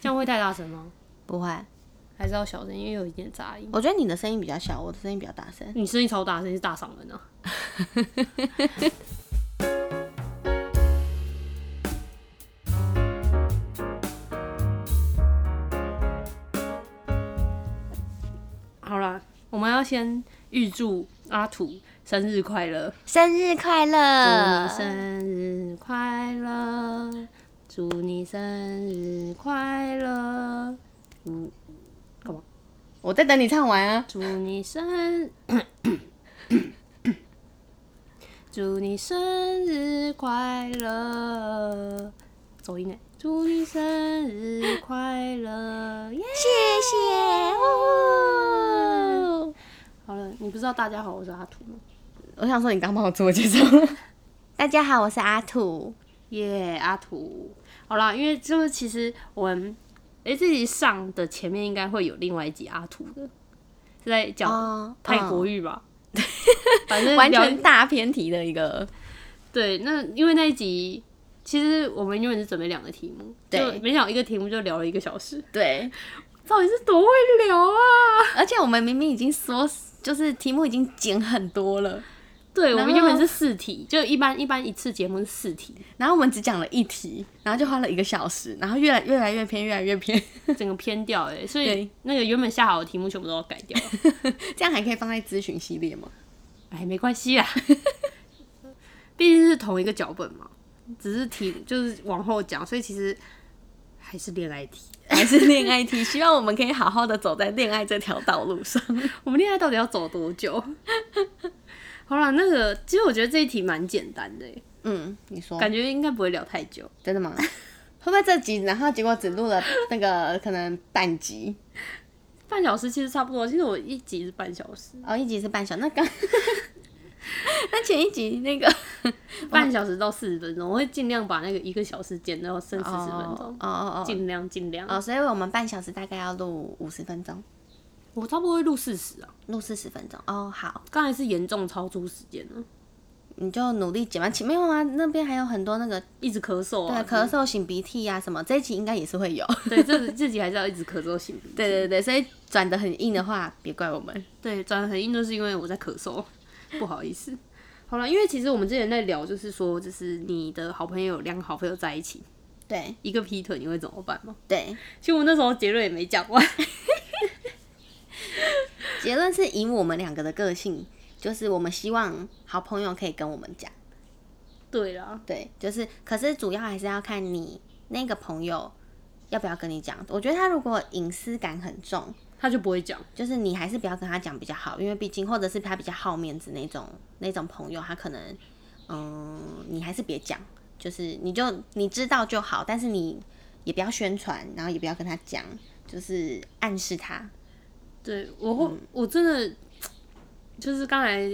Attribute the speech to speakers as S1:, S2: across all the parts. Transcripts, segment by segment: S1: 这样会太大声吗？
S2: 不会，
S1: 还是要小声，因为有一点杂音。
S2: 我觉得你的声音比较小，我的声音比较大声。
S1: 你声音超大声，是大嗓门啊！ 好啦，我们要先预祝阿土生日快乐，
S2: 生日快
S1: 祝
S2: 乐
S1: 你！生日快乐，祝你生日快乐，
S2: 我在等你唱完啊。
S1: 祝你生， 祝你生日快乐，走音哎，祝你生日快乐，耶、
S2: 谢谢。呜呼
S1: 好了，你不知道大家好，我是阿土吗？
S2: 我想说，你刚帮我自我介绍。 大家好，我是阿土。
S1: 耶、阿土。好啦，因为就是其实我们，哎、这集上的前面应该会有另外一集阿土的，是在讲
S2: 哦，
S1: 泰国
S2: 语、
S1: 语吧？ 反正
S2: 嗯完
S1: 聊
S2: 全大偏题的一个，
S1: 对，那因为那一集其实我们原本是准备两个题目，
S2: 对
S1: 就没想到一个题目就聊了一个小时，
S2: 对。
S1: 到底是多会聊啊？
S2: 而且我们明明已经说，就是题目已经剪很多了，
S1: 对，我
S2: 然后
S1: 们原本是四题，就一般一般一次节目是四题，
S2: 然后我们只讲了一题，然后就花了一个小时，然后越来越来越偏，越来越偏，
S1: 整个偏掉哎、所以
S2: 对
S1: 那个原本下好的题目全部都要改掉，
S2: 这样还可以放在咨询系列吗？
S1: 哎，没关系啦， 毕竟是同一个脚本嘛，只是题就是往后讲，所以其实还是恋爱题。
S2: 还是恋爱题？ 希望我们可以好好的走在恋爱这条道路上。
S1: 我们恋爱到底要走多久？ 好啦，那个其实我觉得这一题蛮简单的、欸，
S2: 嗯，你说
S1: 感觉应该不会聊太久。
S2: 真的吗？会不会这集，然后结果只录了那个可能半集，
S1: 半小时其实差不多，其实我一集是半小时，
S2: 哦，一集是半小时，那刚 那前一集那个
S1: 半小时到四十分钟，我会尽量把那个一个小时减到剩四十分
S2: 哦
S1: 钟，
S2: 哦哦
S1: 尽量尽量。
S2: 哦，哦，所以我们半小时大概要录五十分钟，
S1: 我差不多会录四十啊，
S2: 录四十分钟。哦，好，
S1: 刚才是严重超出时间了，
S2: 你就努力减吧。前没有啊，那边还有很多那个
S1: 一直咳嗽
S2: 对
S1: 啊，
S2: 咳嗽、擤鼻涕啊什么，这一集应该也是会有。
S1: 对，这这集还是要一直咳嗽行。
S2: 对对对，所以转的很硬的话，别怪我们。
S1: 对，转得很硬，就是因为我在咳嗽， 不好意思。好了，因为其实我们之前在聊，就是说，就是你的好朋友两个好朋友在一起，
S2: 对
S1: 一个劈腿，你会怎么办吗？
S2: 对，
S1: 其实我那时候结论也没讲完，
S2: 结论是以我们两个的个性，就是我们希望好朋友可以跟我们讲。
S1: 对啦，
S2: 对，就是，可是主要还是要看你那个朋友要不要跟你讲。我觉得他如果隐私感很重，
S1: 他就不会讲。
S2: 就是你还是不要跟他讲比较好，因为毕竟或者是他比较好面子那种那种朋友，他可能，嗯，你还是别讲，就是你就你知道就好，但是你也不要宣传，然后也不要跟他讲，就是暗示他。
S1: 对我会，我真的就是刚才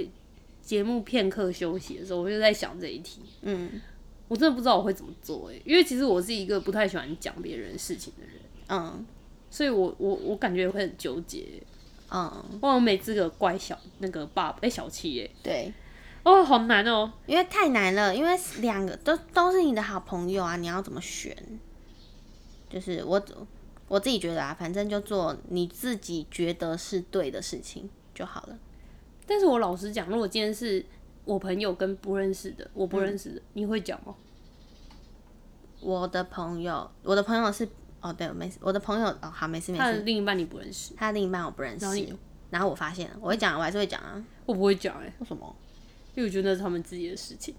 S1: 节目片刻休息的时候，我就在想这一题，
S2: 嗯
S1: 我真的不知道我会怎么做哎、因为其实我是一个不太喜欢讲别人的事情的人，
S2: 嗯
S1: 所以我我我感觉会很纠结欸、
S2: 嗯，
S1: 哇我没资格怪小那个爸爸，哎、小气哎、
S2: 对，
S1: 哦，好难哦、
S2: 因为太难了，因为两个都都是你的好朋友啊，你要怎么选？就是我我自己觉得啊，反正就做你自己觉得是对的事情就好了。
S1: 但是我老实讲，如果今天是我朋友跟不认识的，我不认识的，你会讲吗？
S2: 我的朋友，我的朋友是哦，对，没事，我的朋友哦，好，没事没
S1: 他的
S2: 事，
S1: 另一半你不认识，
S2: 他的另一半我不认识
S1: 然后你，
S2: 然后我发现了，我会讲，我还是会讲啊，
S1: 我不会讲哎、
S2: 为什么？
S1: 因为我觉得那是他们自己的事情。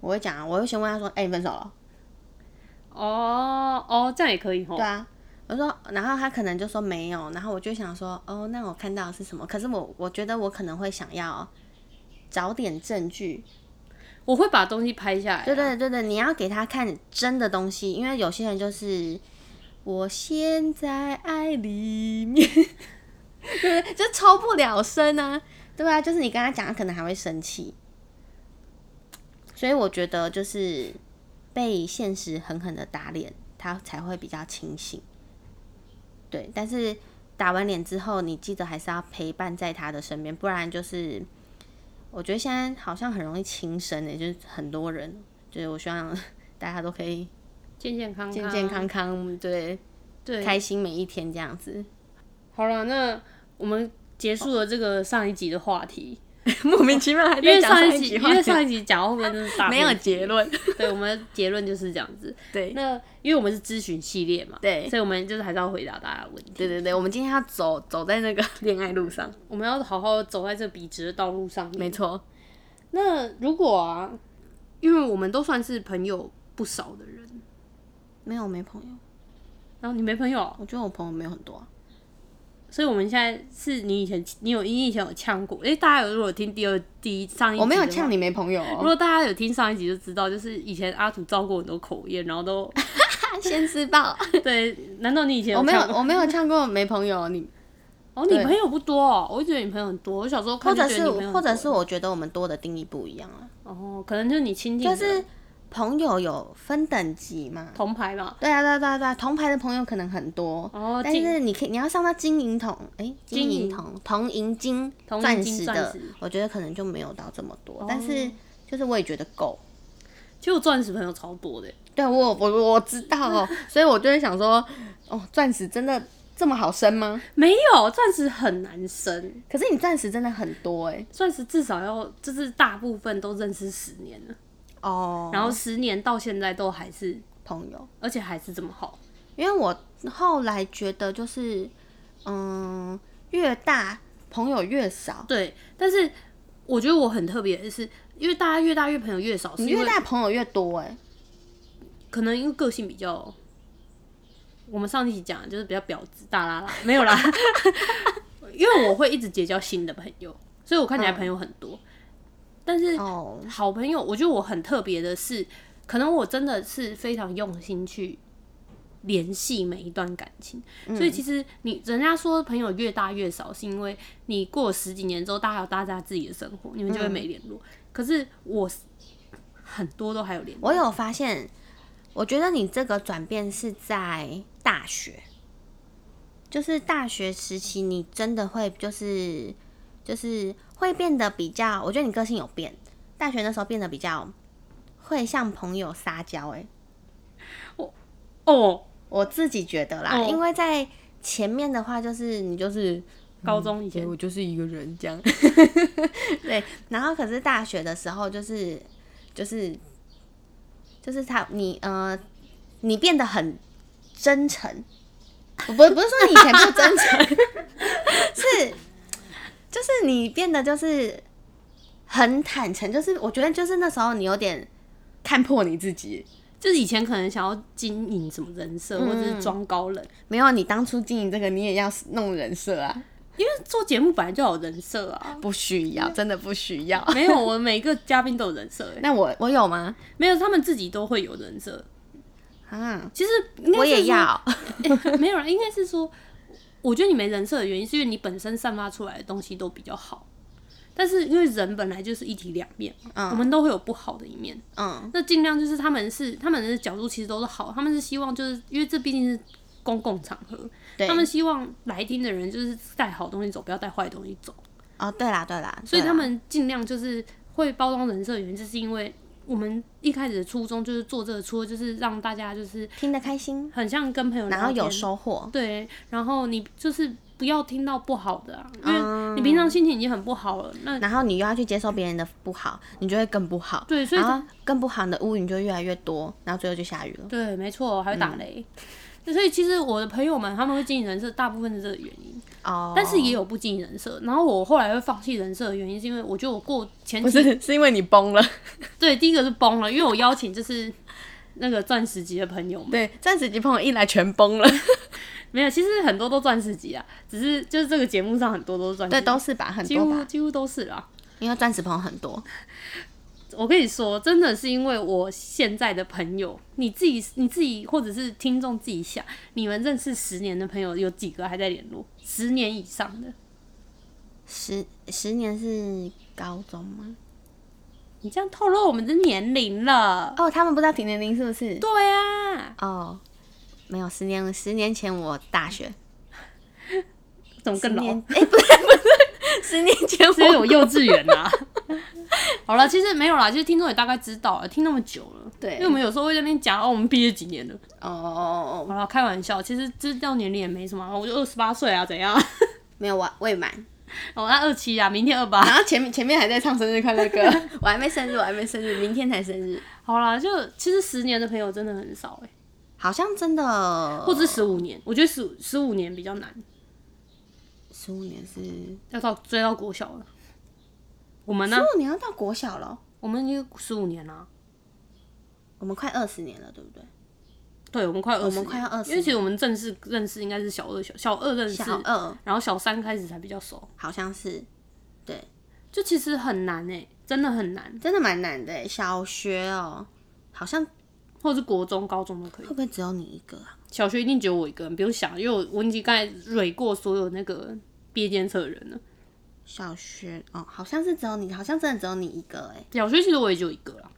S2: 我会讲啊，我会先问他说，哎、你分手了？
S1: 哦哦，这样也可以吼
S2: 对。啊，我说，然后他可能就说没有，然后我就想说，哦，那我看到的是什么？可是我我觉得我可能会想要找点证据，
S1: 我会把东西拍下来、啊。
S2: 对对对对，你要给他看真的东西，因为有些人就是我陷在爱里面， 对不对？就抽不了身啊，对啊，就是你跟他讲，他可能还会生气。所以我觉得就是被现实狠狠的打脸，他才会比较清醒。对，但是打完脸之后，你记得还是要陪伴在他的身边，不然就是我觉得现在好像很容易轻生的，就是很多人，就是我希望 大家都可以
S1: 健健康康，
S2: 健健康康，对，
S1: 对，
S2: 开心每一天这样 子。
S1: 好了，那我们结束了这个上一集的话题，
S2: 莫名其妙还
S1: 因为
S2: 在讲
S1: 上
S2: 上
S1: 一
S2: 一
S1: 集，
S2: 集
S1: 因
S2: 话
S1: 为
S2: 题，
S1: 上一集讲到后面就是大
S2: 没有
S1: 偏题
S2: 结论。
S1: 对，我们结论就是这样子。
S2: 对
S1: 那因为我们是咨询系列嘛，
S2: 对
S1: 所以我们就是还是要回答大家的问题。
S2: 对对对，我们今天要走走在那个 恋爱路上，
S1: 我们要好好走在这笔直的道路上面。
S2: 没错，
S1: 那如果啊，因为我们都算是朋友不少的人，
S2: 没有没朋友，
S1: 然后你没朋友，啊
S2: 我觉得我朋友没有很多、啊。
S1: 所以我们现在是你以前你有你以前有呛过，诶，大家有如果听第二第一上一集，
S2: 我没有呛。你没朋友、
S1: 如
S2: 哦，
S1: 果大家有听上一集就知道，就是以前阿土造过很多口业，然后 都
S2: 先自爆。
S1: 对。难道你以前
S2: 我没有
S1: 呛过
S2: 我没有呛过没朋友，你
S1: 哦，你
S2: 对
S1: 朋友不多哦，我就觉得你朋友很多。我小时候看
S2: 或
S1: 就
S2: 者
S1: 觉得
S2: 是
S1: 你朋友很
S2: 或者
S1: 多
S2: 是我觉得我们多的定义不一样啊，
S1: 哦，可能就是你亲近
S2: 就
S1: 的
S2: 是朋友有分等级嘛。
S1: 铜牌嘛，
S2: 对啊，对啊，对啊，对啊，同牌的朋友可能很多，
S1: 哦
S2: 但是你可以你要上到金银铜，哎、
S1: 金
S2: 金
S1: 银
S2: 银铜、铜银金、
S1: 铜银
S2: 钻
S1: 金
S2: 石
S1: 钻
S2: 的
S1: 石，哦
S2: 我觉得可能就没有到这么多，但是就是我也觉得够。
S1: 其实我钻石朋友超多的，
S2: 对我我我知 道、哦，所以我就会想说，哦，钻石真的这么好升吗？
S1: 没有钻石很难升，
S2: 可是你钻石真的很多哎、
S1: 钻石至少要就是大部分都认识十年了，
S2: 哦，
S1: 然后十年到现在都还是，
S2: 朋友，
S1: 而且还是这么好，
S2: 因为我后来觉得就是，嗯，越大朋友越少，
S1: 对。但是我觉得我很特别，的是因为大家越大越朋友越少，是
S2: 你
S1: 因
S2: 越
S1: 为
S2: 大朋友越多哎、
S1: 可能因为个性比较。我们上一期讲的就是比较婊子大拉拉， 没有啦，因为我会一直结交新的朋友，所以我看起来朋友很多，但是
S2: 哦，
S1: 好朋友，我觉得我很特别的是，可能我真的是非常用心去联系每一段感情，所以其实你人家说朋友越大越少，是因为你过了十几年之后，大家有大家自己的生活，你们就会没联络。可是我是很多都还有联络，
S2: 我有发现，我觉得你这个转变是在大学，就是大学时期，你真的会就是就是会变得比较，我觉得你个性有变，大学那时候变得比较会向朋友撒娇、欸，
S1: 哦，
S2: 我自己觉得啦，
S1: 哦
S2: 因为在前面的话，就是你就是
S1: 高中以前、
S2: 嗯对我就是一个人这样。 对，然后可是大学的时候、就是，就是就是他你呃，你变得很真诚。我不不是说你以前不真诚， 是就是你变得就是很坦诚，就是我觉得就是那时候你有点看破你自己。
S1: 就是以前可能想要经营什么人设，
S2: 嗯
S1: 或者是装高冷，
S2: 没有，你当初经营这个，你也要弄人设啊！
S1: 因为做节目本来就有人设啊。
S2: 不需要，真的不需要。
S1: 没有，我每个嘉宾都有人设、欸，
S2: 嗯那我我有吗？
S1: 没有，他们自己都会有人设。
S2: 啊，
S1: 其实应该
S2: 我
S1: 是
S2: 也
S1: 说
S2: 要。
S1: 没有啦，应该是说，我觉得你没人设的原因是因为你本身散发出来的东西都比较好，但是因为人本来就是一体两面嘛，我们都会有不好的一面。
S2: 嗯，
S1: 那尽量就是他们是他们的角度其实都是好，他们是希望就是因为这毕竟是公共场合，
S2: 对
S1: 他们希望来听的人就是带好东西走，不要带坏东西走，
S2: 哦，对啦，对啦，
S1: 所以
S2: 对啦
S1: 他们尽量就是会包装人设的原因，就是因为我们一开始的初衷就是做这个，除了就是让大家就是
S2: 听得开心，
S1: 很像跟朋友
S2: 然
S1: 聊
S2: 后有
S1: 天
S2: 收获，
S1: 对，然后你就是不要听到不好的、啊，因为你平常心情已经很不好了。那
S2: 然后你又要去接受别人的不好，你就会更不好。
S1: 对所以
S2: 然后更不好你的乌云就越来越多，然后最后就下雨了。
S1: 对，没错，还会打雷。
S2: 嗯
S1: 所以其实我的朋友们他们会经营人设，大部分是这个原因，
S2: 哦，
S1: 但是也有不经营人设。然后我后来会放弃人设的原因，是因为我觉得我过前期
S2: 是是因为你崩了。
S1: 对第一个是崩了，因为我邀请就是那个钻石级的朋友们，
S2: 对，钻石级朋友一来全崩了。
S1: 没有，其实很多都钻石级啊，只是就是这个节目上很多都是钻石
S2: 对，
S1: 级，
S2: 都是吧，很
S1: 几
S2: 多
S1: 乎
S2: 吧，
S1: 几乎都是啦。
S2: 因为钻石朋友很多。
S1: 我跟你说，真的是因为我现在的朋友，你自己、你自己，或者是听众自己想，你们认识十年的朋友有几个还在联络？十年以上的，
S2: 十十年是高中吗？
S1: 你这样透露我们的年龄了。
S2: 哦，他们不知道婷婷婷是不是？
S1: 对啊，
S2: 哦，没有，十年十年前我大学，
S1: 怎么
S2: 十
S1: 更老？啊
S2: 年 哎、不是不是，十年前
S1: 只
S2: 我
S1: 啊 有幼稚园啦、好了，其实没有啦，就是听众也大概知道了，听那么久了，因为我
S2: 对，
S1: 们有时候会在那边讲，哦，我们毕业几年了。
S2: 哦哦哦哦，
S1: 好了，开玩笑，其实知道年龄也没什么啊，我就二十八岁啊，怎样？
S2: 没有我未满，
S1: 哦，那二七啊，明天二八。
S2: 然后前面前面还在唱生日快乐歌， 我还没生日，我还没生日，明天才生日，
S1: 好啦，就其实十年的朋友真的很少哎、
S2: 好像真的，
S1: 或者十五年，我觉得十十五年比较难，
S2: 十五年是十
S1: 要到追到国小了。我们呢？
S2: 五年要到国小了哦，
S1: 我们已经十五年啊啦，
S2: 我们快二十年了，对不对？
S1: 对，我们快二十，
S2: 我们快要20
S1: 因为其实我们正式认识应该是小二、小小二认识，
S2: 小二
S1: 然后小三开始才比较熟，
S2: 好像是，对，
S1: 就其实很难哎、真的很难，
S2: 真的蛮难的耶，小学哦，好像
S1: 或者是国中、高中都可以
S2: 会。不会只有你一个啊？
S1: 小学一定只有我一个人，不用想，因为我我已经刚才蕊过所有那个毕业监测人了。
S2: 小学哦，好像是只有你，好像真的只有你一个哎，
S1: 小学其实我也就一个啦，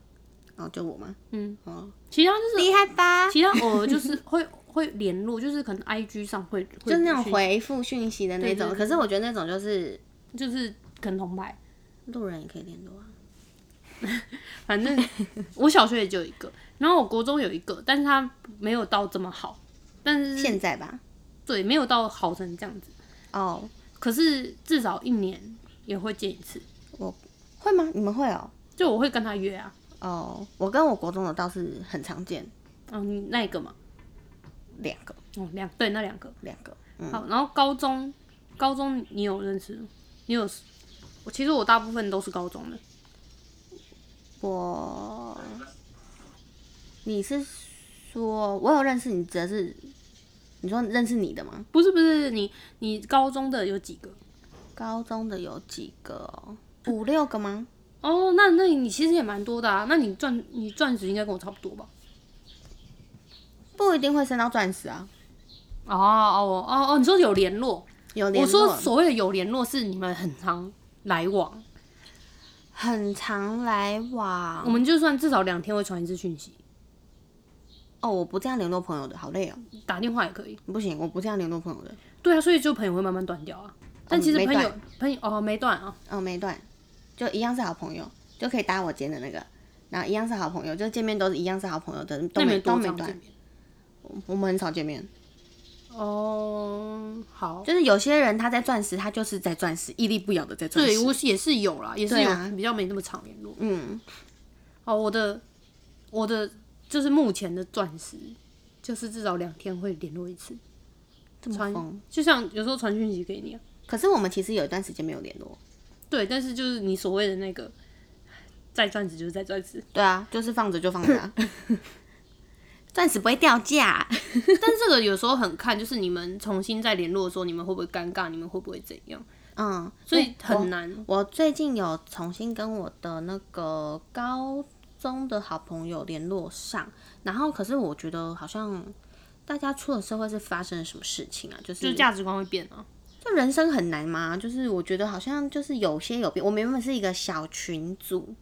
S2: 哦，就我吗？
S1: 嗯，
S2: 哦，
S1: 其他就是
S2: 厉害吧？
S1: 其他偶尔就是 会会联络，就是可能 IG 上会，会
S2: 就是那种
S1: 去
S2: 回复讯息的那
S1: 对对
S2: 种，
S1: 对
S2: 可是我觉得那种就是
S1: 就是可能同牌，
S2: 路人也可以联络啊。
S1: 反正我小学也就一个，然后我国中有一个，但是他没有到这么好，但是
S2: 现在吧，
S1: 对没有到好成这样子，
S2: 哦，
S1: 可是至少一年也会见一次，
S2: 会吗？你们会哦？
S1: 就我会跟他约啊，
S2: 哦，我跟我国中的倒是很常见，
S1: 嗯，你那一个嘛，
S2: 两个，
S1: 哦两对那两个，
S2: 两个，嗯，
S1: 好，然后高中高中你有认识吗，你有，我其实我大部分都是高中的，
S2: 我，你是说我有认识你，只是你说认识你的吗？
S1: 不是不是你你高中的有几个？
S2: 高中的有几个哦？五六个吗？
S1: 哦，那那你其实也蛮多的啊，那你钻你钻石应该跟我差不多吧？
S2: 不一定会升到钻石啊，
S1: 哦哦哦哦，你说有联络，
S2: 有联
S1: 我说
S2: 络，
S1: 所谓的有联络是你们很常来往，
S2: 嗯很常来往
S1: 我。们就算至少两天会传一次讯息，
S2: 哦，我不这样联络朋友的，好累哦，
S1: 打电话也可以。
S2: 不行，我不这样联络朋友的。
S1: 对啊，所以就朋友会慢慢断掉啊。但其实
S2: 哦没
S1: 朋友、
S2: 断
S1: 朋友哦没断啊，
S2: 哦，没断，就一样是好朋友，就可以搭我肩的那个，然后一样是好朋友，就见面都是一样是好朋友的，
S1: 那
S2: 都
S1: 你
S2: 没
S1: 们
S2: 都
S1: 多
S2: 没
S1: 常见
S2: 断。
S1: 面？
S2: 我们很少见面，
S1: 哦，好，
S2: 就是有些人他在钻石，他就是在钻石，屹立不摇的在钻
S1: 对
S2: 石。
S1: 我是也是有啦，也是
S2: 对
S1: 有、
S2: 啊
S1: 比较没那么常联络。
S2: 嗯，
S1: 哦，我的我的就是目前的钻石，就是至少两天会联络一次。
S2: 这么疯。
S1: 就像有时候传讯息给你啊，
S2: 可是我们其实有一段时间没有联络。
S1: 对，但是就是你所谓的那个再钻石就是再钻石，
S2: 对啊，就是放着就放着啊，钻石不会掉价。
S1: 但这个有时候很看，就是你们重新再联络的时候，你们会不会尴尬，你们会不会怎样，
S2: 嗯，
S1: 所以
S2: 我
S1: 很难。
S2: 我最近有重新跟我的那个高中的好朋友联络上，然后可是我觉得好像大家出了社会是发生了什么事情啊？就是
S1: 就是价值观会变啊，
S2: 就人生很难吗？就是我觉得好像就是有些有变。我们原本是一个小群组，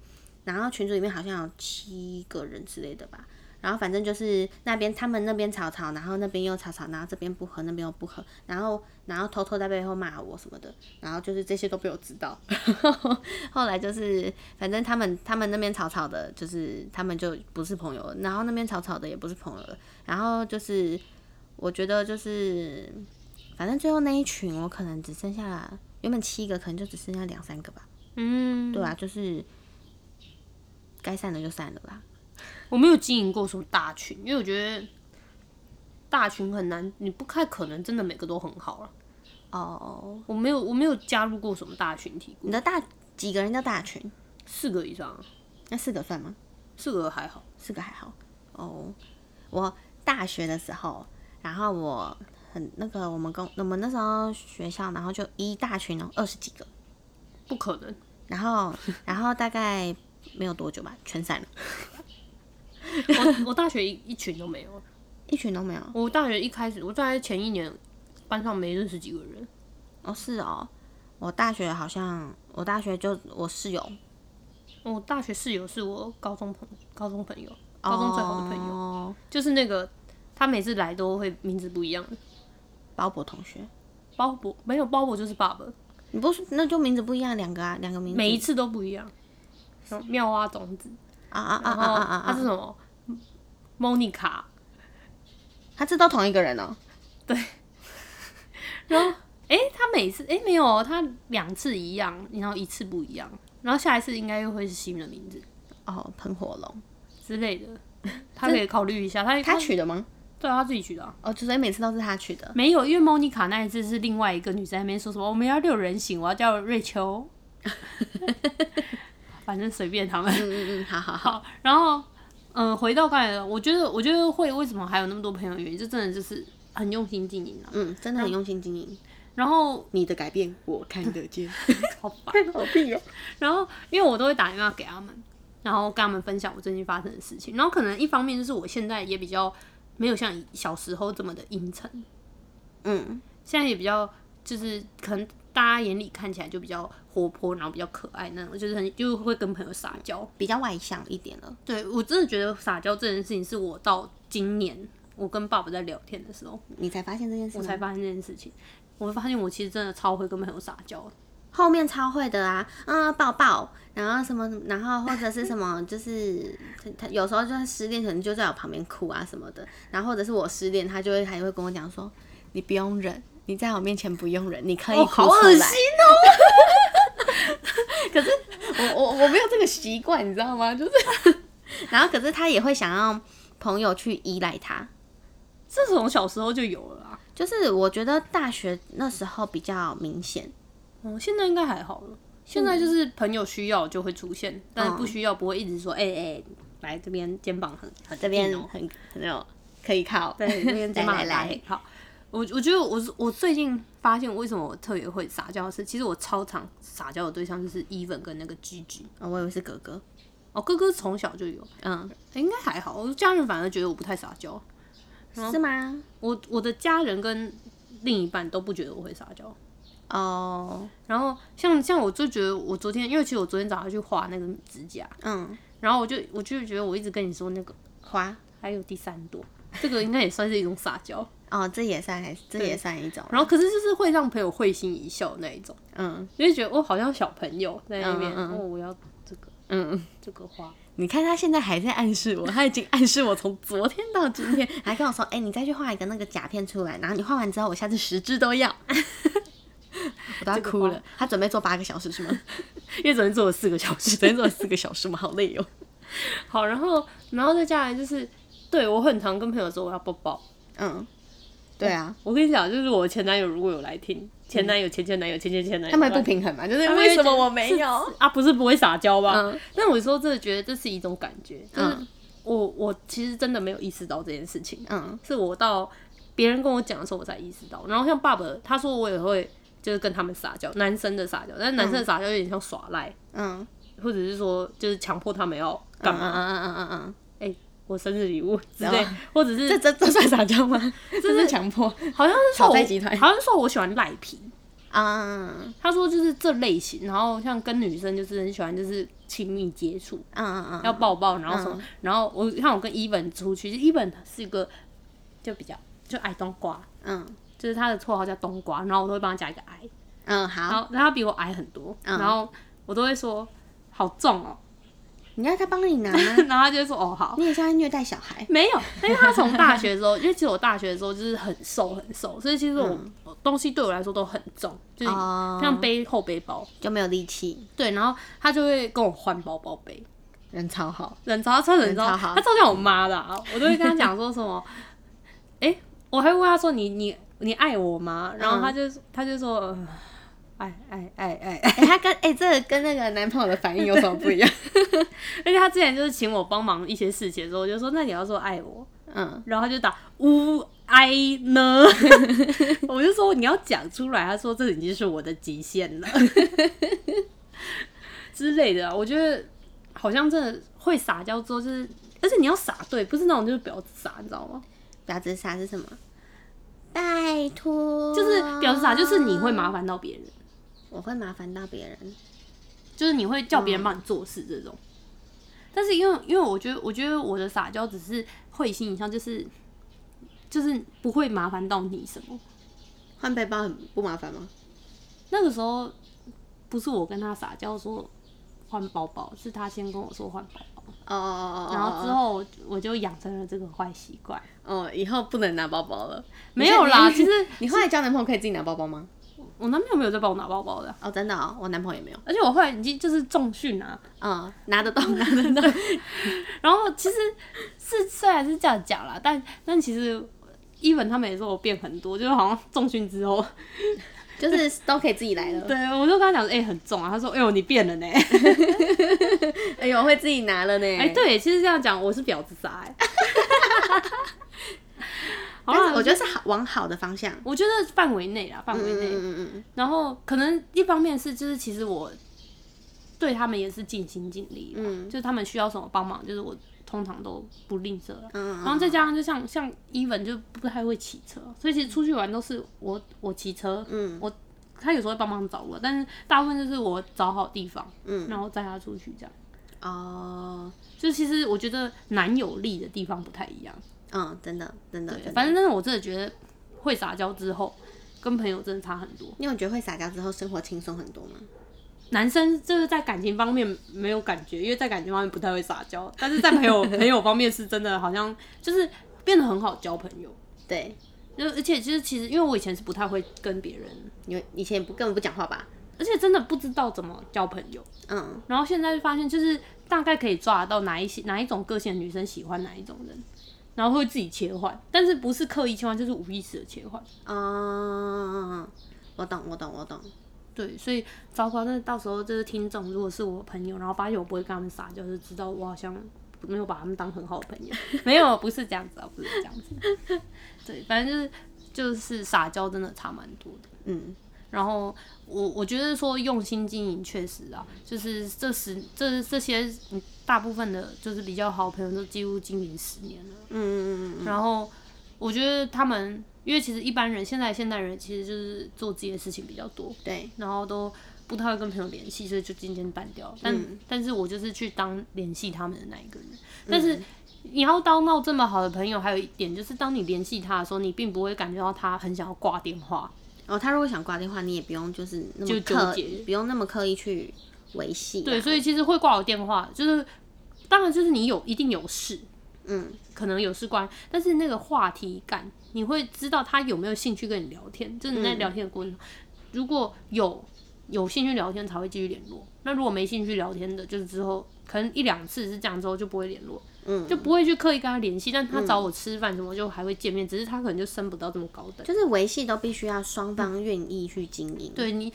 S2: 然后群组里面好像有七个人之类的吧。然后反正就是那边他们那边吵吵，然后那边又吵吵，然后这边不和，那边又不和，然后然后偷偷在背后骂我什么的，然后就是这些都被我知道。 后来就是反正他们他们那边吵吵的，就是他们就不是朋友了，然后那边吵吵的也不是朋友了，然后就是我觉得就是反正最后那一群，我可能只剩下原本七个，可能就只剩下两三个吧。
S1: 嗯，
S2: 对啊，就是该散的就散了吧。
S1: 我没有经营过什么大群，因为我觉得大群很难，你不太可能真的每个都很好啊了。
S2: 哦，
S1: 我没有，我没有加入过什么大群体过，
S2: 你的大几个人叫大群？
S1: 四个以上啊，
S2: 那四个算吗？
S1: 四个还好。
S2: 四个还好。哦，我大学的时候，然后我很那个，我们公我们那时候学校，然后就一大群哦，二十几个，
S1: 不可能，
S2: 然后 然后大概没有多久吧，全散了，
S1: 我我大学一一群都没有。啊
S2: 一群都没有。
S1: 我大学一开始，我大概前一年班上没认识几个人，
S2: 哦，是哦，我大学好像我大学就我室友
S1: 我大学室友是我高中朋高中朋友，高中最好的朋友，
S2: 友，
S1: 就是那个他每次来都会名字不一样的，
S2: 鲍勃同学。
S1: 鲍勃没有鲍勃就是爸爸，
S2: 你不是那就名字不一样，两个啊，两个名字。
S1: 每一次都不一样。然后妙蛙种子，
S2: 啊啊啊
S1: 然
S2: 啊
S1: 后
S2: 啊啊
S1: 他是
S2: 啊！
S1: 什么 Monica，
S2: 他这都同一个人哦、
S1: 然后哎、诶他每次哎、诶没有哦，他两次一样，然后一次不一样，然后下一次应该又会是新的名字
S2: 哦，喷火龙，
S1: 之类的，他可以考虑一下。他
S2: 他取的吗？
S1: 对啊他自己取的啊、
S2: 哦，就所以每次都是他取的。
S1: 没有，因为莫妮卡那一次是另外一个女生在那边说什么我们要六人行，我要叫瑞秋， 反正随便他们。
S2: 嗯嗯嗯，好好好，
S1: 好，然后嗯、呃回到刚才的，我觉得我觉得会为什么还有那么多朋友的原因，这真的就是很用心经营啊。
S2: 嗯，真的很用心经营。
S1: 然后
S2: 你的改变我看得见，
S1: 好烦，
S2: 好病哦。
S1: 然后因为我都会打电话给他们，然后跟他们分享我最近发生的事情。然后可能一方面就是我现在也比较没有像小时候这么的阴沉，
S2: 嗯，
S1: 现在也比较就是可能大家眼里看起来就比较活泼，然后比较可爱那种，就是很就会跟朋友撒娇。
S2: 比较外向一点了。
S1: 对我真的觉得撒娇这件事情是我到今年我跟爸爸在聊天的时候，
S2: 你才发现这件事
S1: 我
S2: 吗，
S1: 才发现这件事情。我发现我其实真的超会跟朋友撒娇的，
S2: 后面超会的啊，嗯，抱抱，然后什么，然后或者是什么， 就是他他有时候就是失恋，可能就在我旁边哭啊什么的，然后或者是我失恋，他就会还会跟我讲说，你不用忍，你在我面前不用忍，你可以
S1: 哦
S2: 哭
S1: 好
S2: 出
S1: 恶
S2: 来
S1: 心。
S2: 我我我没有这个习惯，你知道吗？就是， 然后可是他也会想要朋友去依赖他，
S1: 这种小时候就有了啦。
S2: 就是我觉得大学那时候比较明显，
S1: 嗯，现在应该还好了。现
S2: 嗯
S1: 在就是朋友需要就会出现，但不需要不会一直说，哎、哎、来这边肩膀很很
S2: 这边
S1: 硬哦
S2: 很很有可以靠，
S1: 对，那边
S2: 来来来
S1: 来，好。我我觉得我是我最近发现为什么我特别会撒娇是，其实我超常撒娇的对象就是 Even 跟那个 Gigi
S2: 哦，我以为是哥哥，
S1: 哦，哥哥从小就有，
S2: 嗯，
S1: 诶应该还好。我家人反而觉得我不太撒娇，
S2: 是吗？
S1: 我我的家人跟另一半都不觉得我会撒娇。
S2: 哦，
S1: 然后像像我就觉得我昨天，因为其实我昨天早上去画那个指甲，
S2: 嗯，
S1: 然啊后我就我就觉得我一直跟你说那个
S2: 花，
S1: 还有第三朵，这个应该也算是一种撒娇。
S2: 啊哦，这也算还这也算一种，
S1: 然后可是就是会让朋友会心一笑那一种。
S2: 嗯
S1: 就会觉得我好像小朋友在那边，
S2: 嗯嗯嗯
S1: 哦，我要这个
S2: 嗯，
S1: 这个花，
S2: 你看他现在还在暗示我，他已经暗示我从
S1: 哦
S2: 昨天到今天， 还跟我说，哎、你再去画一个那个甲片出来，然后你画完之后，我下次十支都 要。我都要
S1: 个
S2: 哭
S1: 画
S2: 了，他准备做八个小时是吗？
S1: 因为昨天做了四个小时。
S2: 昨天做了四个小时，我们好累哦。
S1: 好，然后然后再下来就是，对我很常跟朋友说我要抱抱。
S2: 嗯，对啊，
S1: 我跟你讲，就是我前男友如果有来听，前男友、前前男友、前前前男友，
S2: 哎他们会不平衡嘛，就是
S1: 他们会
S2: 为
S1: 觉
S2: 什
S1: 得
S2: 么我没有？
S1: 啊，不是不会撒娇吧？
S2: 嗯
S1: 但我说真的觉得这是一种感觉，就是
S2: 嗯
S1: 我我其实真的没有意识到这件事情，
S2: 嗯
S1: 是我到别人跟我讲的时候我才意识到。然后像爸爸他说我也会就是跟他们撒娇，男生的撒娇，但是男生的撒娇有点像耍赖。
S2: 嗯
S1: 或者是说就是强迫他们要
S2: 嗯
S1: 干
S2: 嗯
S1: 嘛，
S2: 嗯嗯嗯
S1: 哎、我生日礼物之类
S2: 然后，
S1: 或者是
S2: 嗯，这这这算撒娇吗？ 这是强迫
S1: 好像是说
S2: 讨
S1: 我
S2: 债集团
S1: 好像是说我喜欢赖皮。
S2: 啊！
S1: 他说就是这类型，然后像跟女生就是很喜欢就是亲密接触，
S2: 嗯嗯
S1: 要
S2: 嗯，
S1: 抱抱，然后什么，然后我像我跟伊本出去，就伊本是一个就比较就矮冬瓜，
S2: 嗯
S1: 就是他的绰号叫冬瓜，然后我都会帮他加一个矮，
S2: 嗯
S1: 然
S2: 好，
S1: 后然后他比我矮很多，
S2: 嗯
S1: 然后我都会说好重哦、
S2: 你要他帮你拿，
S1: 然后他就会说哦好，
S2: 你也像在虐待小孩。
S1: 没有，因为他从大学的时 候，因为其实我大学的时候就是很瘦很瘦，所以其实我、我东西对我来说都很重，就是
S2: 哦
S1: 像背后背包。
S2: 就没有力气，
S1: 对，然后他就会跟我换包包背，
S2: 人超好。
S1: 冷嘲他冷嘲
S2: 人超，好
S1: 他超像我妈的、啊，我都会跟他讲说什么， 哎、我还会问他说你你你爱我吗？然后他就、他就说。呃爱爱爱 爱爱，
S2: 哎、他跟哎、这个跟那个男朋友的反应有什么不一样？
S1: 而且他之前就是请我帮忙一些事情的时候，我就说那你要说爱我，
S2: 嗯，
S1: 然后他就打呜哀呢， 我就说你要讲出来，他说这已经是我的极限了 之类的啊。我觉得好像真的会撒娇之后，就是而且你要撒对，不是那种就是婊子撒，你知道吗？
S2: 婊子傻是什么？拜托，
S1: 就是婊子撒，就是你会麻烦到别人，
S2: 我会麻烦到别人。
S1: 就是你会叫别人帮你做事这种。但是因为因为我觉得我觉得我的撒娇只是会心一笑，就是就是不会麻烦到你什么。
S2: 换背包很不麻烦吗？
S1: 那个时候不是我跟他撒娇说换包包，是他先跟我说换包包。
S2: 哦哦哦，
S1: 然后之后我我就养成了这个坏习惯。
S2: 哦，以后不能拿包包了。
S1: 没有啦，
S2: 你
S1: 其实
S2: 你后来交男朋友可以自己拿包包吗？
S1: 我男朋友没有在帮我拿包包的，啊
S2: 哦，真的哦，我男朋友也没有。
S1: 而且我后来已经就是重训啊。
S2: 嗯，拿得到，拿得到。
S1: 然后其实是虽然是这样讲啦，但但其实一文他们也说我变很多，就是好像重训之 后，
S2: 就是都可以自己来了。
S1: 对我就跟他讲说，哎、很重啊，他说，哎呦你变了呢，
S2: 哎呦，会自己拿了呢。
S1: 哎、，对，其实这样讲我是婊子仔、 欸。 好啊
S2: 但
S1: 啦，
S2: 是我觉得是好往好的方向。
S1: 我觉得范围内啦，范围内。
S2: 嗯嗯
S1: 然后可能一方面是就是其实我对他们也是尽心尽力啦，
S2: 嗯
S1: 就是他们需要什么帮忙，就是我通常都不吝啬啦。
S2: 嗯
S1: 然后再加上就像像伊文就不太会骑车，所以其实出去玩都是我我骑车，
S2: 嗯
S1: 我他有时候会帮忙找我，但是大部分就是我找好地方，
S2: 嗯
S1: 然后载他出去这样。
S2: 哦，
S1: 就其实我觉得男友力的地方不太一样，
S2: 嗯，真的真的，真的
S1: 反正真的我真的觉得会撒娇之后，跟朋友真的差很多。
S2: 你有觉得会撒娇之后生活轻松很多吗？
S1: 男生就是在感情方面没有感觉，因为在感情方面不太会撒娇，但是在朋友朋友方面是真的好像就是变得很好交朋友。
S2: 对，
S1: 就而且就是其实因为我以前是不太会跟别人，
S2: 你以前也不根本不讲话吧？
S1: 而且真的不知道怎么交朋友，
S2: 嗯，
S1: 然后现在就发现就是大概可以抓得到哪一些哪一种个性的女生喜欢哪一种人，然后会自己切换，但是不是刻意切换，就是无意识的切换。
S2: 哦，我懂，我懂，我懂。
S1: 对，所以糟糕，那到时候就是听众如果是我朋友，然后发现我不会跟他们撒娇，就知道我好像没有把他们当很好的朋友。没有，不是这样子啊，不是这样子。对，反正就是就是撒娇真的差蛮多的。
S2: 嗯，
S1: 然后我我觉得说用心经营确实啊，就是这十这这些嗯大部分的就是比较好的朋友都几乎经营十年了。
S2: 嗯嗯嗯嗯
S1: 然后我觉得他们，因为其实一般人现在现代人其实就是做自己的事情比较多。
S2: 嗯，对，
S1: 然后都不太会跟朋友联系，所以就今天办掉了。但、
S2: 嗯
S1: 但是我就是去当联系他们的那一个人。但是你要当到这么好的朋友，还有一点就是，当你联系他的时候，你并不会感觉到他很想要挂电话。
S2: 哦，他如果想挂电话，你也不用就是那
S1: 就
S2: 么
S1: 纠
S2: 刻
S1: 结，
S2: 不用那么刻意去维系啊。
S1: 对，所以其实会挂我电话，就是当然就是你有一定有事，
S2: 嗯，
S1: 可能有事关，但是那个话题感，你会知道他有没有兴趣跟你聊天，就是你
S2: 嗯
S1: 在聊天的过程中，如果有有兴趣聊天才会继续联络，那如果没兴趣聊天的，就是之后可能一两次是这样之后就不会联络，
S2: 嗯，
S1: 就不会去刻意跟他联系，但他找我吃饭什么就还会见面，只是他可能就升不到这么高等。
S2: 就是维系都必须要双方愿意去经营。
S1: 嗯对你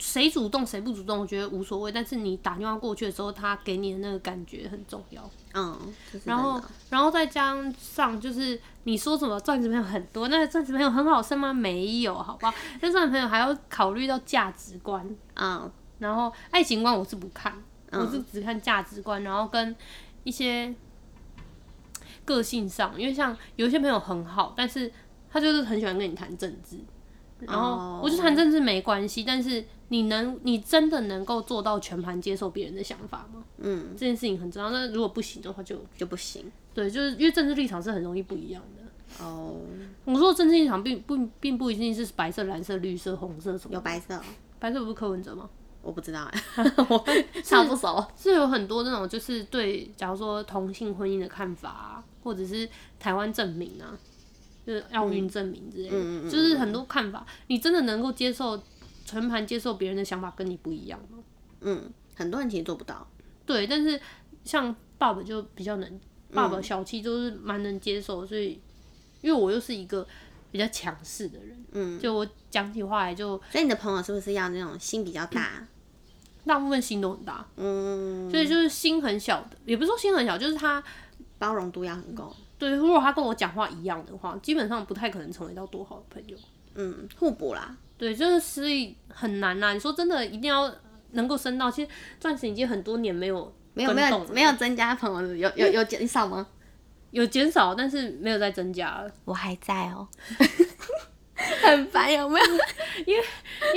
S1: 谁主动谁不主动，我觉得无所谓，但是你打电话过去的时候，他给你的那个感觉很重要。
S2: 嗯，就是
S1: 然后
S2: 真的，
S1: 然后再加上就是你说什么钻石朋友很多，那钻石朋友很好生吗？没有，好不好？那钻石朋友还要考虑到价值观，
S2: 嗯，
S1: 然后爱情观我是不看，
S2: 嗯
S1: 我是只看价值观，然后跟一些个性上，因为像有一些朋友很好，但是他就是很喜欢跟你谈政治，然后
S2: 哦
S1: 我就谈政治没关系，但是你能你真的能够做到全盘接受别人的想法吗？
S2: 嗯，
S1: 这件事情很重要，那如果不行的话就。
S2: 就不行。
S1: 对，就是因为政治立场是很容易不一样的。
S2: 哦，
S1: 我说的政治立场并不并不一定是白色、蓝色、绿色、红色什么的。
S2: 有白色哦，
S1: 白色不是柯文哲吗？
S2: 我不知道 哎，我超不熟。
S1: 是有很多那种就是对，假如说同性婚姻的看法、啊，或者是台湾证明啊，就是奥运证明之类的，
S2: 嗯嗯嗯嗯
S1: 就是很多看法，你真的能够接受全盘接受别人的想法跟你不一样吗？
S2: 嗯，很多人其实做不到。
S1: 对，但是像爸爸就比较能，爸
S2: 嗯
S1: 爸小气就是蛮能接受，所以因为我又是一个比较强势的人，
S2: 嗯，
S1: 就我讲起话来就
S2: 所以你的朋友是不是要那种心比较大？
S1: 大部分心都很大，
S2: 嗯，
S1: 所以就是心很小的，也不是说心很小，就是他
S2: 包容度要很够。
S1: 对，如果他跟我讲话一样的话，基本上不太可能成为到多好的朋友。
S2: 嗯，互补啦。
S1: 对，就是所以很难啊呐、你说真的，一定要能够升到，其实钻石已经很多年没有
S2: 没有
S1: 跟
S2: 没有
S1: 动了嗯
S2: 没有增加朋友，有有有减少吗？
S1: 有减少，但是没有再增加了。
S2: 我还 在哦，很烦有没有？
S1: 因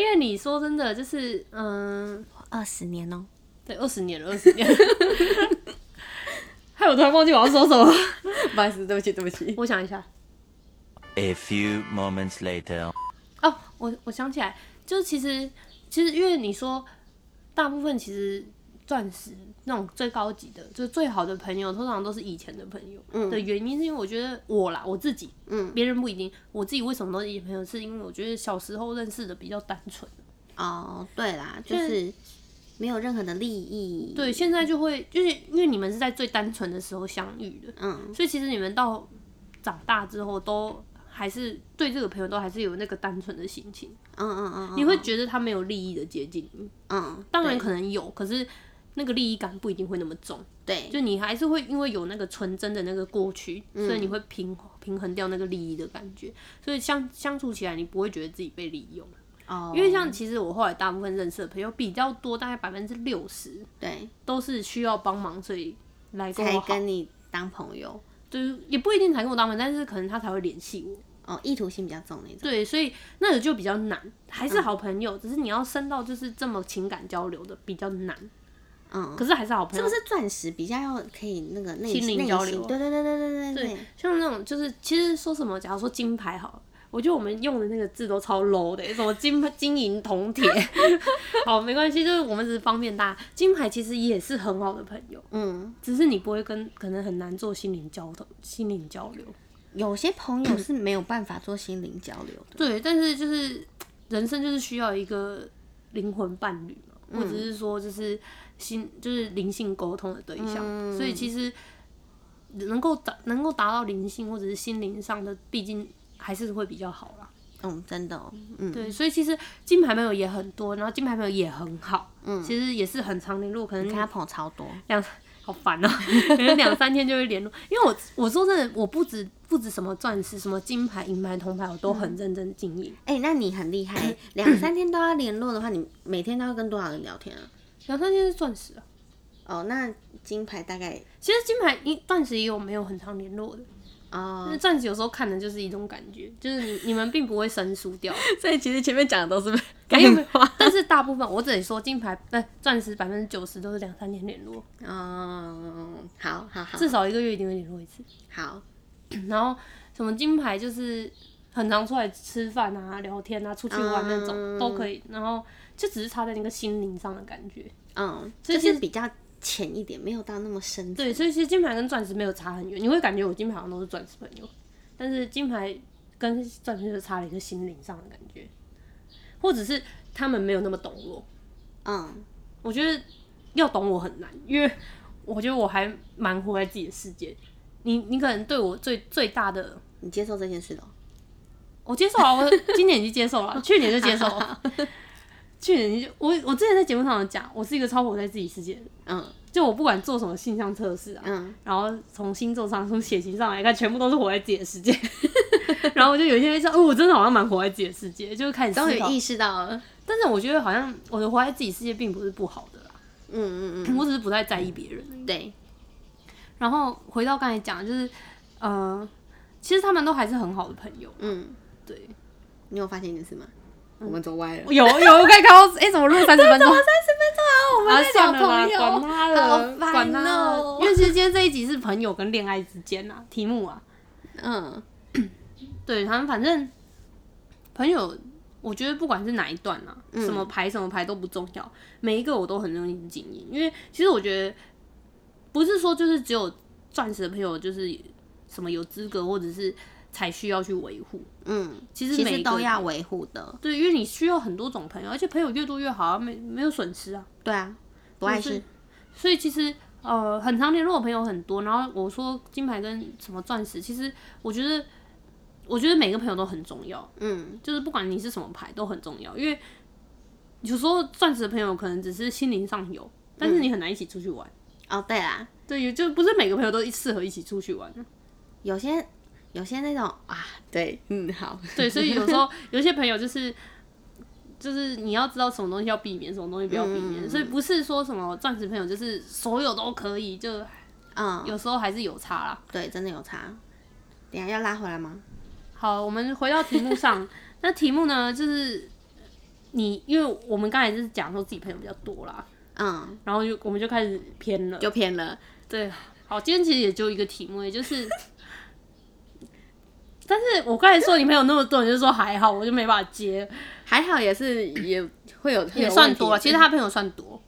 S1: 为你说真的，就是嗯，
S2: 二十年哦，
S1: 对，二十年了，二十年。害我突然忘记我要说什么。
S2: 不好意思，对不起对不起。
S1: 我想一下，
S3: A few moments later.
S1: 哦，我我想起来，就是其实其实因为你说大部分其实钻石那种最高级的，就是最好的朋友，通常都是以前的朋友。的原因是因为我觉得我啦，我自己，嗯，别人不一定。我自己为什么都是以前朋友，是因为我觉得小时候认识的比较单纯。
S2: 哦，对啦，就是没有任何的利益。
S1: 对，现在就会就是因为你们是在最单纯的时候相遇的，
S2: 嗯，
S1: 所以其实你们到长大之后都还是对这个朋友都还是有那个单纯的心情。
S2: 嗯嗯嗯嗯，
S1: 你会觉得他没有利益的接近你，
S2: 嗯，
S1: 当然
S2: 对
S1: 可能有，可是那个利益感不一定会那么重。
S2: 对，
S1: 就你还是会因为有那个纯真的那个过去，所
S2: 嗯
S1: 以你会平平衡掉那个利益的感觉，所以相相处起来你不会觉得自己被利用，
S2: 哦，
S1: 因为像其实我后来大部分认识的朋友比较多，大概百分之六十
S2: 对
S1: 都是需要帮忙，所以来跟
S2: 才
S1: 哦我好，
S2: 跟你当朋友，
S1: 就是也不一定才跟我当朋友，但是可能他才会联系我，
S2: 哦，意图性比较重那种。
S1: 对，所以那个就比较难，还
S2: 嗯
S1: 是好朋友，只是你要升到就是这么情感交流的比较难，
S2: 嗯，
S1: 可是还是好朋
S2: 是
S1: 友，
S2: 不是钻石比较要可以那个内
S1: 心灵
S2: 内
S1: 交
S2: 心
S1: 流啊
S2: 对对对对对对
S1: 对，像那种就是，其实说什么，假如说金牌好了，我觉得我们用的那个字都超 low 的，什么金牌金银铜 铁，好没关系，就是我们只是方便大家。金牌其实也是很好的朋友，
S2: 嗯，
S1: 只是你不会跟，可能很难做心灵交流，心灵交流。
S2: 有些朋友是没有办法做心灵交流的。
S1: 对，但是就是人生就是需要一个灵魂伴侣嘛，或
S2: 嗯
S1: 者是说就是心就是灵性沟通的对象，
S2: 嗯
S1: 所以其实能够达能够达到灵性或者是心灵上的，毕竟还是会比较好啦。
S2: 嗯，真的哦，嗯，
S1: 对，所以其实金牌朋友也很多，然后金牌朋友也很好，嗯，其实也是很常联络，可能
S2: 跟他朋友超多。
S1: 两好烦哦、可能两三天就会联络。因为我我说真的，我不止不止什么钻石、什么金牌、银牌、铜牌，
S2: 嗯
S1: 我都很认真经营。
S2: 哎、那你很厉害， 两三天都要联络的话，你每天都要跟多少人聊天啊？
S1: 两三天是钻石啊，
S2: 哦，那金牌大概
S1: 其实金牌一钻石也有没有很常联络的，
S2: 哦
S1: 那，钻石有时候看的就是一种感觉，就是你 你们并不会生疏掉，
S2: 所以其实前面讲的都 是
S1: 没有没
S2: 干
S1: 有
S2: 话。
S1: 但是大部分我只能说金牌呃钻石百分之九十都是两三天联络，
S2: 啊哦，好好好
S1: 至少一个月一定会联络一次。
S2: 好，
S1: 然后什么金牌就是很常出来吃饭啊、聊天啊、出去玩那种、
S2: 嗯
S1: 都可以，然后就只是差在那个心灵上的感觉。
S2: 嗯，
S1: 所以
S2: 就
S1: 其实
S2: 是比较浅一点，没有到那么深。
S1: 对，所以其实金牌跟钻石没有差很远，你会感觉我金牌好像都是钻石朋友，但是金牌跟钻石就差了一个心灵上的感觉，或者是他们没有那么懂我。
S2: 嗯，
S1: 我觉得要懂我很难，因为我觉得我还蛮活在自己的世界。你你可能对我最最大的
S2: 你接受这件事了？
S1: 我接受了，啊我今年已经接受了，去年就接受了。去年已经我我之前在节目上有讲，我是一个超活在自己世界的人，
S2: 嗯
S1: 就我不管做什么性向测试啊，
S2: 嗯，
S1: 然后从星座上、从血型上来看，全部都是活在自己的世界。 然后我就有一天就说，哦，我真的好像蛮活在自己的世界，就是开始
S2: 终
S1: 思
S2: 于
S1: 考。
S2: 意识到了。
S1: 但是我觉得好像我的活在自己世界并不是不好的啦，
S2: 嗯嗯嗯，
S1: 我只是不太在意别人而已。
S2: 对，
S1: 然后回到刚才讲，就是呃，其实他们都还是很好的朋友。
S2: 嗯，
S1: 对，
S2: 你有发现一件事吗？我们走歪了。
S1: 有有，嗯我刚才看到，哎、怎么录三十分钟？
S2: 我
S1: 啊，
S2: 在
S1: 算
S2: 讲
S1: 了
S2: 朋
S1: 啦，
S2: 友，
S1: 管他了，
S2: 好
S1: 管
S2: 烦
S1: 他了。
S2: 哦
S1: 因为其实今天这一集是朋友跟恋爱之间啊，题目啊，
S2: 嗯
S1: 对他们反正朋友，我觉得不管是哪一段啊，
S2: 嗯
S1: 什么牌什么牌都不重要，每一个我都很容易经营，因为其实我觉得不是说就是只有钻石的朋友就是什么有资格或者是才需要去维护，
S2: 嗯，
S1: 其实
S2: 其
S1: 每
S2: 实
S1: 一个
S2: 都要维护的。
S1: 对，因为你需要很多种朋友，而且朋友越多越好啊，没没有损失啊。
S2: 对啊，不碍
S1: 就是
S2: 事。
S1: 所以其实呃，很常联络的朋友很多。然后我说金牌跟什么钻石，其实我觉得，我觉得每个朋友都很重要，
S2: 嗯
S1: 就是不管你是什么牌都很重要，因为有时候钻石的朋友可能只是心灵上有，但是你很难一起出去玩。
S2: 哦，对啦，
S1: 对，也就不是每个朋友都适合一起出去玩。啊
S2: 有些有些那种啊，对，嗯，好，
S1: 对，所以有时 候有些朋友就是就是你要知道什么东西要避免，什么东西不要避免。
S2: 嗯嗯嗯
S1: 所以不是说什么钻石朋友就是所有都可以，就
S2: 嗯，
S1: 有时候还是有差啦。
S2: 对，真的有差。等一下要拉回来吗？
S1: 好，我们回到题目上，那题目呢就是。你因为我们刚才就是讲说自己朋友比较多啦，
S2: 嗯，
S1: 然后就我们就开始偏了。
S2: 就偏了。
S1: 对，好，今天其实也就一个题目，也就是，但是我刚才说你朋友那么多，你就说还好，我就没办法接。
S2: 还好也是也会有嗯
S1: 也算多了，其实
S2: 他
S1: 他朋友算多。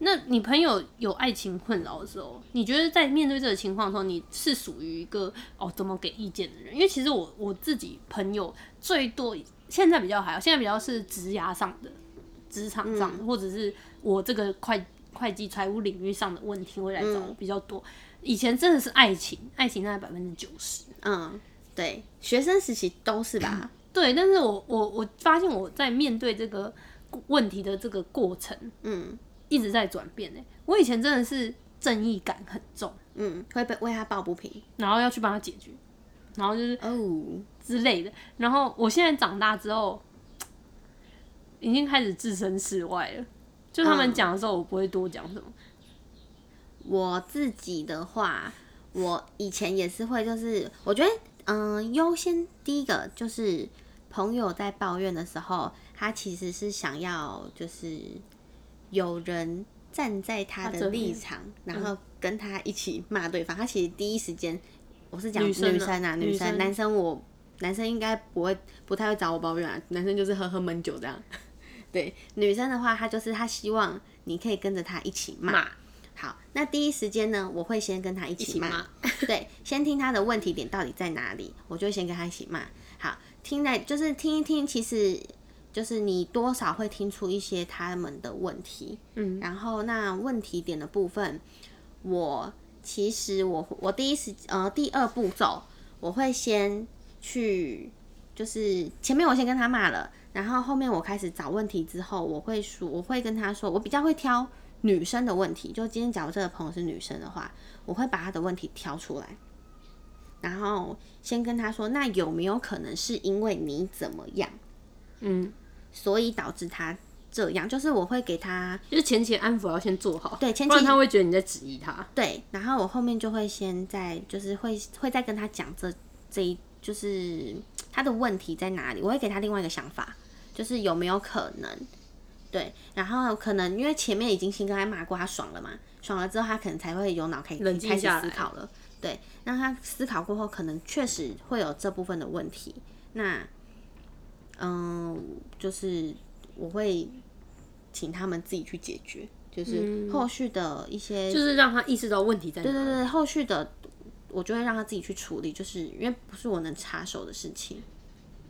S1: 那你朋友有爱情困扰的时候，你觉得在面对这个情况的时候，你是属于一个哦怎么给意见的人？因为其实我我自己朋友最多现在比较还好，现在比较是职涯上的、职场上的，或者是我这个会会计财务领域上的问题会来找我比较多。以前真的是爱情，爱情大概百分之九十，
S2: 嗯，对，学生时期都是吧？
S1: 对，但是我我我发现我在面对这个问题的这个过程，
S2: 嗯
S1: 一直在转变呢。我以前真的是正义感很重，
S2: 嗯，会被为他抱不平
S1: 然后要去帮他解决，然后就是
S2: 哦。
S1: 之类的。然后我现在长大之后，已经开始置身事外了。就他们
S2: 嗯
S1: 讲的时候，我不会多讲什么。
S2: 我自己的话，我以前也是会，就是我觉得，嗯，优先第一个就是朋友在抱怨的时候，他其实是想要就是有人站在他
S1: 他
S2: 的
S1: 这边
S2: 立场，然后跟他一起骂对方。他其实第一时间，我是讲
S1: 女
S2: 女
S1: 生啊
S2: 生啊，女
S1: 女
S2: 生，
S1: 生
S2: 男生我男生应该不会不太会找我抱怨啊，男生就是喝喝闷酒这样。对，女生的话，她就是她希望你可以跟着她一起骂
S1: 骂。
S2: 好，那第一时间呢，我会先跟她一
S1: 一
S2: 起
S1: 起
S2: 骂，
S1: 骂
S2: 对，先听她的问题点到底在哪里，我就会先跟她一起骂。好，听来就是听一听，其实就是你多少会听出一些他们的问题，嗯，然后那问题点的部分，我其实我我第一时呃第二步骤，我会先去就是前面我先跟他骂了，然后后面我开始找问题之后，我会说我会跟他说，我比较会挑女生的问题，就今天假如这个朋友是女生的话，我会把她的问题挑出来。然后先跟他说，那有没有可能是因为你怎么样，
S1: 嗯，
S2: 所以导致他这样？就是我会给他
S1: 就是前期的安抚要先做好，
S2: 对前期
S1: 不然他会觉得你在质疑他。
S2: 对，然后我后面就会先在，就是会会再跟他讲这这一，就是他的问题在哪里，我会给他另外一个想法，就是有没有可能，对，然后可能因为前面已经先跟他骂过，他爽了嘛，爽了之后他可能才会有脑开
S1: 冷静
S2: 开始
S1: 下
S2: 思
S1: 来
S2: 考了，对，让他思考过后，可能确实会有这部分的问题，那嗯，就是我会请他们自己去解决。就是后续的一些，
S1: 嗯就是让他意识到问题在哪。
S2: 对对对，后续的我就会让他自己去处理，就是因为不是我能插手的事情。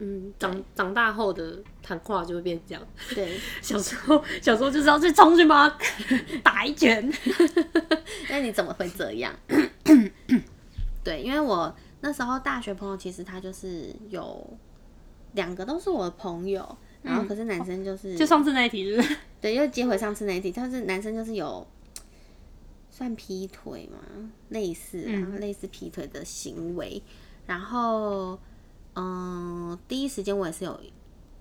S1: 嗯，长长大后的谈话就会变这样。
S2: 对，
S1: 小时候小时候就是要去冲去帮 他打一拳。
S2: 那你怎么会这样？ 对，因为我那时候大学朋友其实他就是有两个都是我的朋友，然后可是男生嗯哦就是、
S1: 就上次那一题，就是
S2: 对，又接回上次那一题，但是男生就是有算劈腿嘛，类似啊，类似劈腿的行为。然后，嗯，第一时间我也是有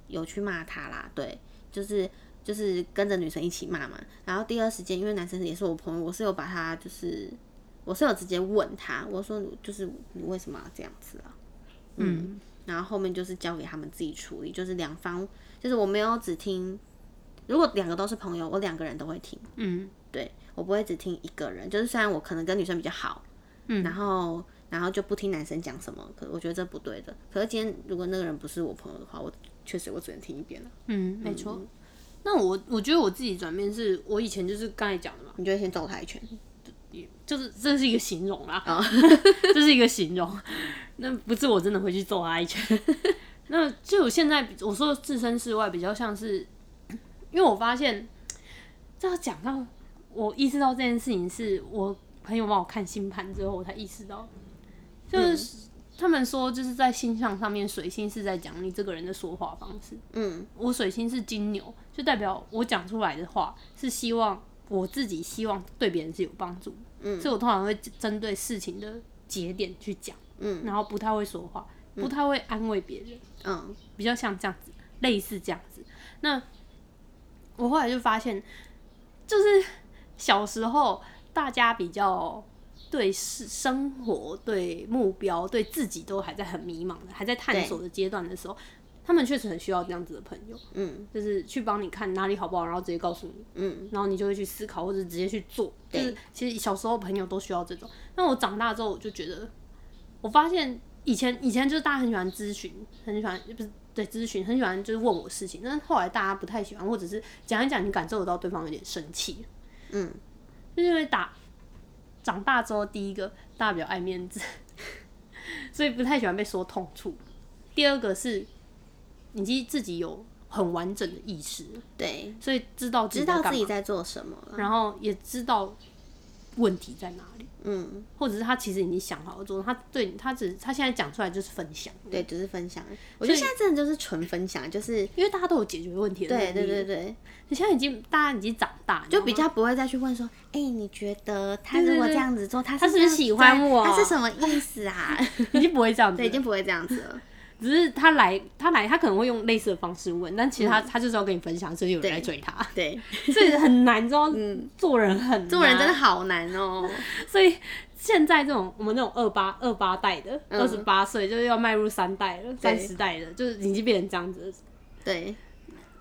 S2: 有去骂他啦，对，就是就是跟着女生一起骂嘛。然后第二时间，因为男生也是我朋友，我是有把他就是我是有直接问他，我说你就是你为什么要这样子啊？嗯，然后后面就是交给他们自己处理，就是两方，就是我没有只听，如果两个都是朋友，我两个人都会听，
S1: 嗯，
S2: 对我不会只听一个人，就是虽然我可能跟女生比较好，嗯，然后然后就不听男生讲什么，可我觉得这不对的。可是今天如果那个人不是我朋友的话，我确实我只能听一边了。
S1: 嗯，没错。那我我觉得我自己转变是我以前就是刚才讲的嘛，
S2: 你就会先揍他一拳，
S1: 就是这是一个形容啦， 这是一个形容。那不是我真的回去揍他一拳。 那就我现在比我说置身事外，比较像是，因为我发现，这要讲到我意识到这件事情，是我朋友帮我看星盘之后，我才意识到，就是、他们说就是在星象上面，水星是在讲你这个人的说话方式。
S2: 嗯，
S1: 我水星是金牛，就代表我讲出来的话是希望我自己希望对别人是有帮助，嗯，所以我通常会针对事情的节点去讲，
S2: 嗯，
S1: 然后不太会说话，不太会安慰别人，
S2: 嗯
S1: 比较像这样子，类似这样子。那我后来就发现，就是小时候大家比较对事、生活、对目标、对自己都还在很迷茫的、还在探索的阶段的时候，他们确实很需要这样子的朋友，
S2: 嗯
S1: 就是去帮你看哪里好不好，然后直接告诉你，
S2: 嗯，
S1: 然后你就会去思考或者直接去做。就
S2: 对
S1: 是其实小时候朋友都需要这种。那我长大之后，我就觉得，我发现以前以前就是大家很喜欢咨询，很喜欢不是对咨询，很喜欢就是问我事情，但是后来大家不太喜欢，或者是讲一讲你感受得到对方有点生气，
S2: 嗯，
S1: 就是因为打长大之后，第一个大家比较爱面子， 所以不太喜欢被说痛处。第二个是，你其实自己有很完整的意识，
S2: 对，
S1: 所以知道自己
S2: 知
S1: 在
S2: 道
S1: 干
S2: 自己
S1: 嘛，
S2: 在做什么了。
S1: 然后也知道问题在哪里，
S2: 嗯，
S1: 或者是他其实已经想好了做，他对他只他现在讲出来就是分享，
S2: 对，只、是分享。我觉得
S1: 所以
S2: 现在真的就是纯分享，就是
S1: 因为大家都有解决问题的能
S2: 对
S1: 力。
S2: 对对，对，
S1: 你现在已经大家已经长大，你知
S2: 就
S1: 道吗
S2: 比较不会再去问说，哎、你觉得他
S1: 对对
S2: 如果这
S1: 对
S2: 样子做，他
S1: 他
S2: 是
S1: 是不是
S2: 这样
S1: 喜
S2: 子
S1: 欢
S2: 在
S1: 我
S2: 他是什么意思啊？
S1: 已经不会这样子了，
S2: 对，已经不会这样子了。
S1: 只是他来，他来，他可能会用类似的方式问，但其实他、他就是要跟你分享，所以有人在追他，
S2: 嗯 对，嗯
S1: 所以很难，你知道，做人很难
S2: 做人真的，好难 哦。
S1: 所以现在这种我们那种二八二八代的，
S2: 嗯
S1: 二十八岁就是要迈入三代了，三十代的，就是已经变成这样子了。
S2: 对，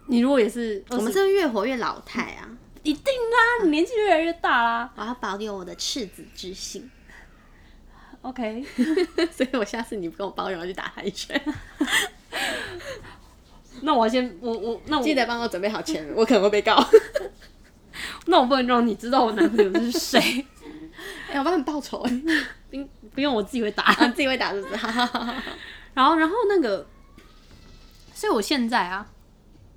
S1: 你如果也是20，
S2: 我们是不是越活越老态啊！
S1: 一定啦，你年纪越来越大啊啦。
S2: 我要保有我的赤子之心，
S1: OK，
S2: 所以我下次你不跟我包容，我去打他一 拳。
S1: 那我要先我我那我
S2: 记得帮我准备好钱，我可能会 被告。
S1: 那我不能让你知道我男朋友是 谁，
S2: 哎、我帮你报 仇，
S1: 不不用我自己会打。
S2: 啊，自己会打是不是？哈哈哈哈哈
S1: 然后，然后那个，所以我现在啊，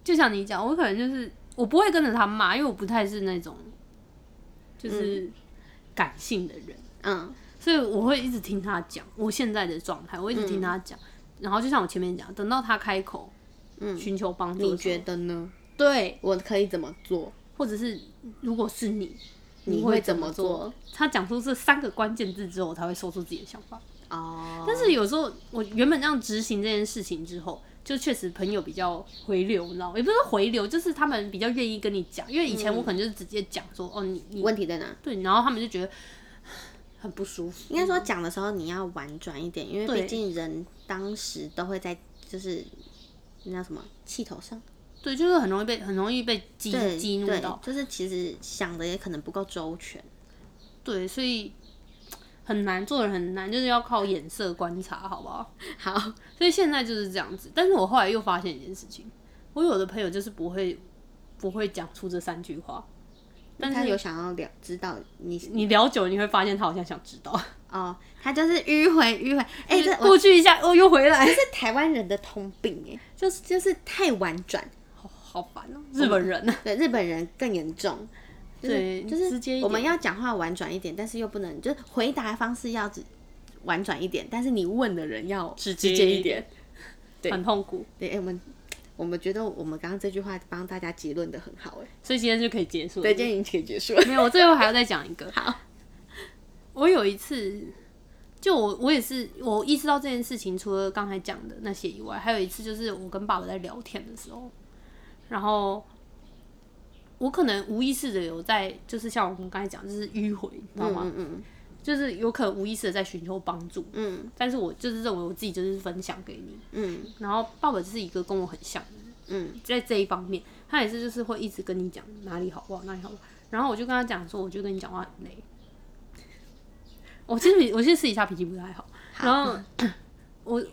S1: 就像你讲，我可能就是我不会跟着他骂，因为我不太是那种就是感性的人，
S2: 嗯，
S1: 所以我会一直听他讲我现在的状态，我一直听他讲。然后就像我前面讲，等到他开口，
S2: 嗯
S1: 寻求帮助的时候，
S2: 你觉得呢？
S1: 对，
S2: 我可以怎么做？
S1: 或者是如果是你，
S2: 你
S1: 会
S2: 会怎么
S1: 么
S2: 做？？
S1: 他讲出这三个关键字之后，我才会说出自己的想法。
S2: 哦，
S1: 但是有时候我原本这样执行这件事情之后，就确实朋友比较回流，你知道吗？也不是回流，就是他们比较愿意跟你讲，因为以前我可能就是直接讲说，哦，你你
S2: 嗯问题在哪？
S1: 对，然后他们就觉得很不舒服。
S2: 应该说讲的时候你要婉转一点，因为
S1: 对
S2: 毕竟人当时都会在就是那叫什么气头上，
S1: 对，就是很容易被很容易被激激怒
S2: 对
S1: 到，，
S2: 就是其实想的也可能不够周全。
S1: 对，所以很难做人很难，就是要靠眼色观察，好不好？
S2: 好，
S1: 所以现在就是这样子。但是我后来又发现一件事情，我有的朋友就是不会不会讲出这三句话，但
S2: 但
S1: 是
S2: 他有想要了知道你
S1: 你聊久了你会发现他好像想知 道。
S2: 哦，他就是迂回迂回，哎、这我
S1: 过去一下，哦，又回来，
S2: 这是台湾人的通病哎、就是就是太婉转，
S1: 好烦哦、日本人呢、
S2: 对日本人更严重。就是
S1: 对
S2: 就是
S1: 直接一点
S2: 我们要讲话婉转一点，但是又不能就是回答方式要直婉转一点，但是你问的人要
S1: 直接
S2: 接
S1: 一
S2: 一点
S1: 点。很痛苦，
S2: 对，哎、我们我们觉得我们刚刚这句话帮大家结论的很好哎、
S1: 所以今天就可以结束了。
S2: 对，今天已经可以结束了。
S1: 没有，我最后还要再讲一个。
S2: 好，
S1: 我有一次，就我我也是，我意识到这件事情，除了刚才讲的那些以外，还有一次就是我跟爸爸在聊天的时候，然后我可能无意识的有在，就是像我们刚才讲，就是迂回，你知道吗？
S2: 嗯嗯
S1: 就是有可能无意识的在寻求帮助，
S2: 嗯
S1: 但是我就是认为我自己就是分享给你，
S2: 嗯
S1: 然后爸爸就是一个跟我很像的人。
S2: 嗯
S1: 在这一方面，他也是就是会一直跟你讲哪里好不好，哪里好不好。然后我就跟他讲说，我就跟你讲话很累。我其实我其实私底下脾气不太好，然后 我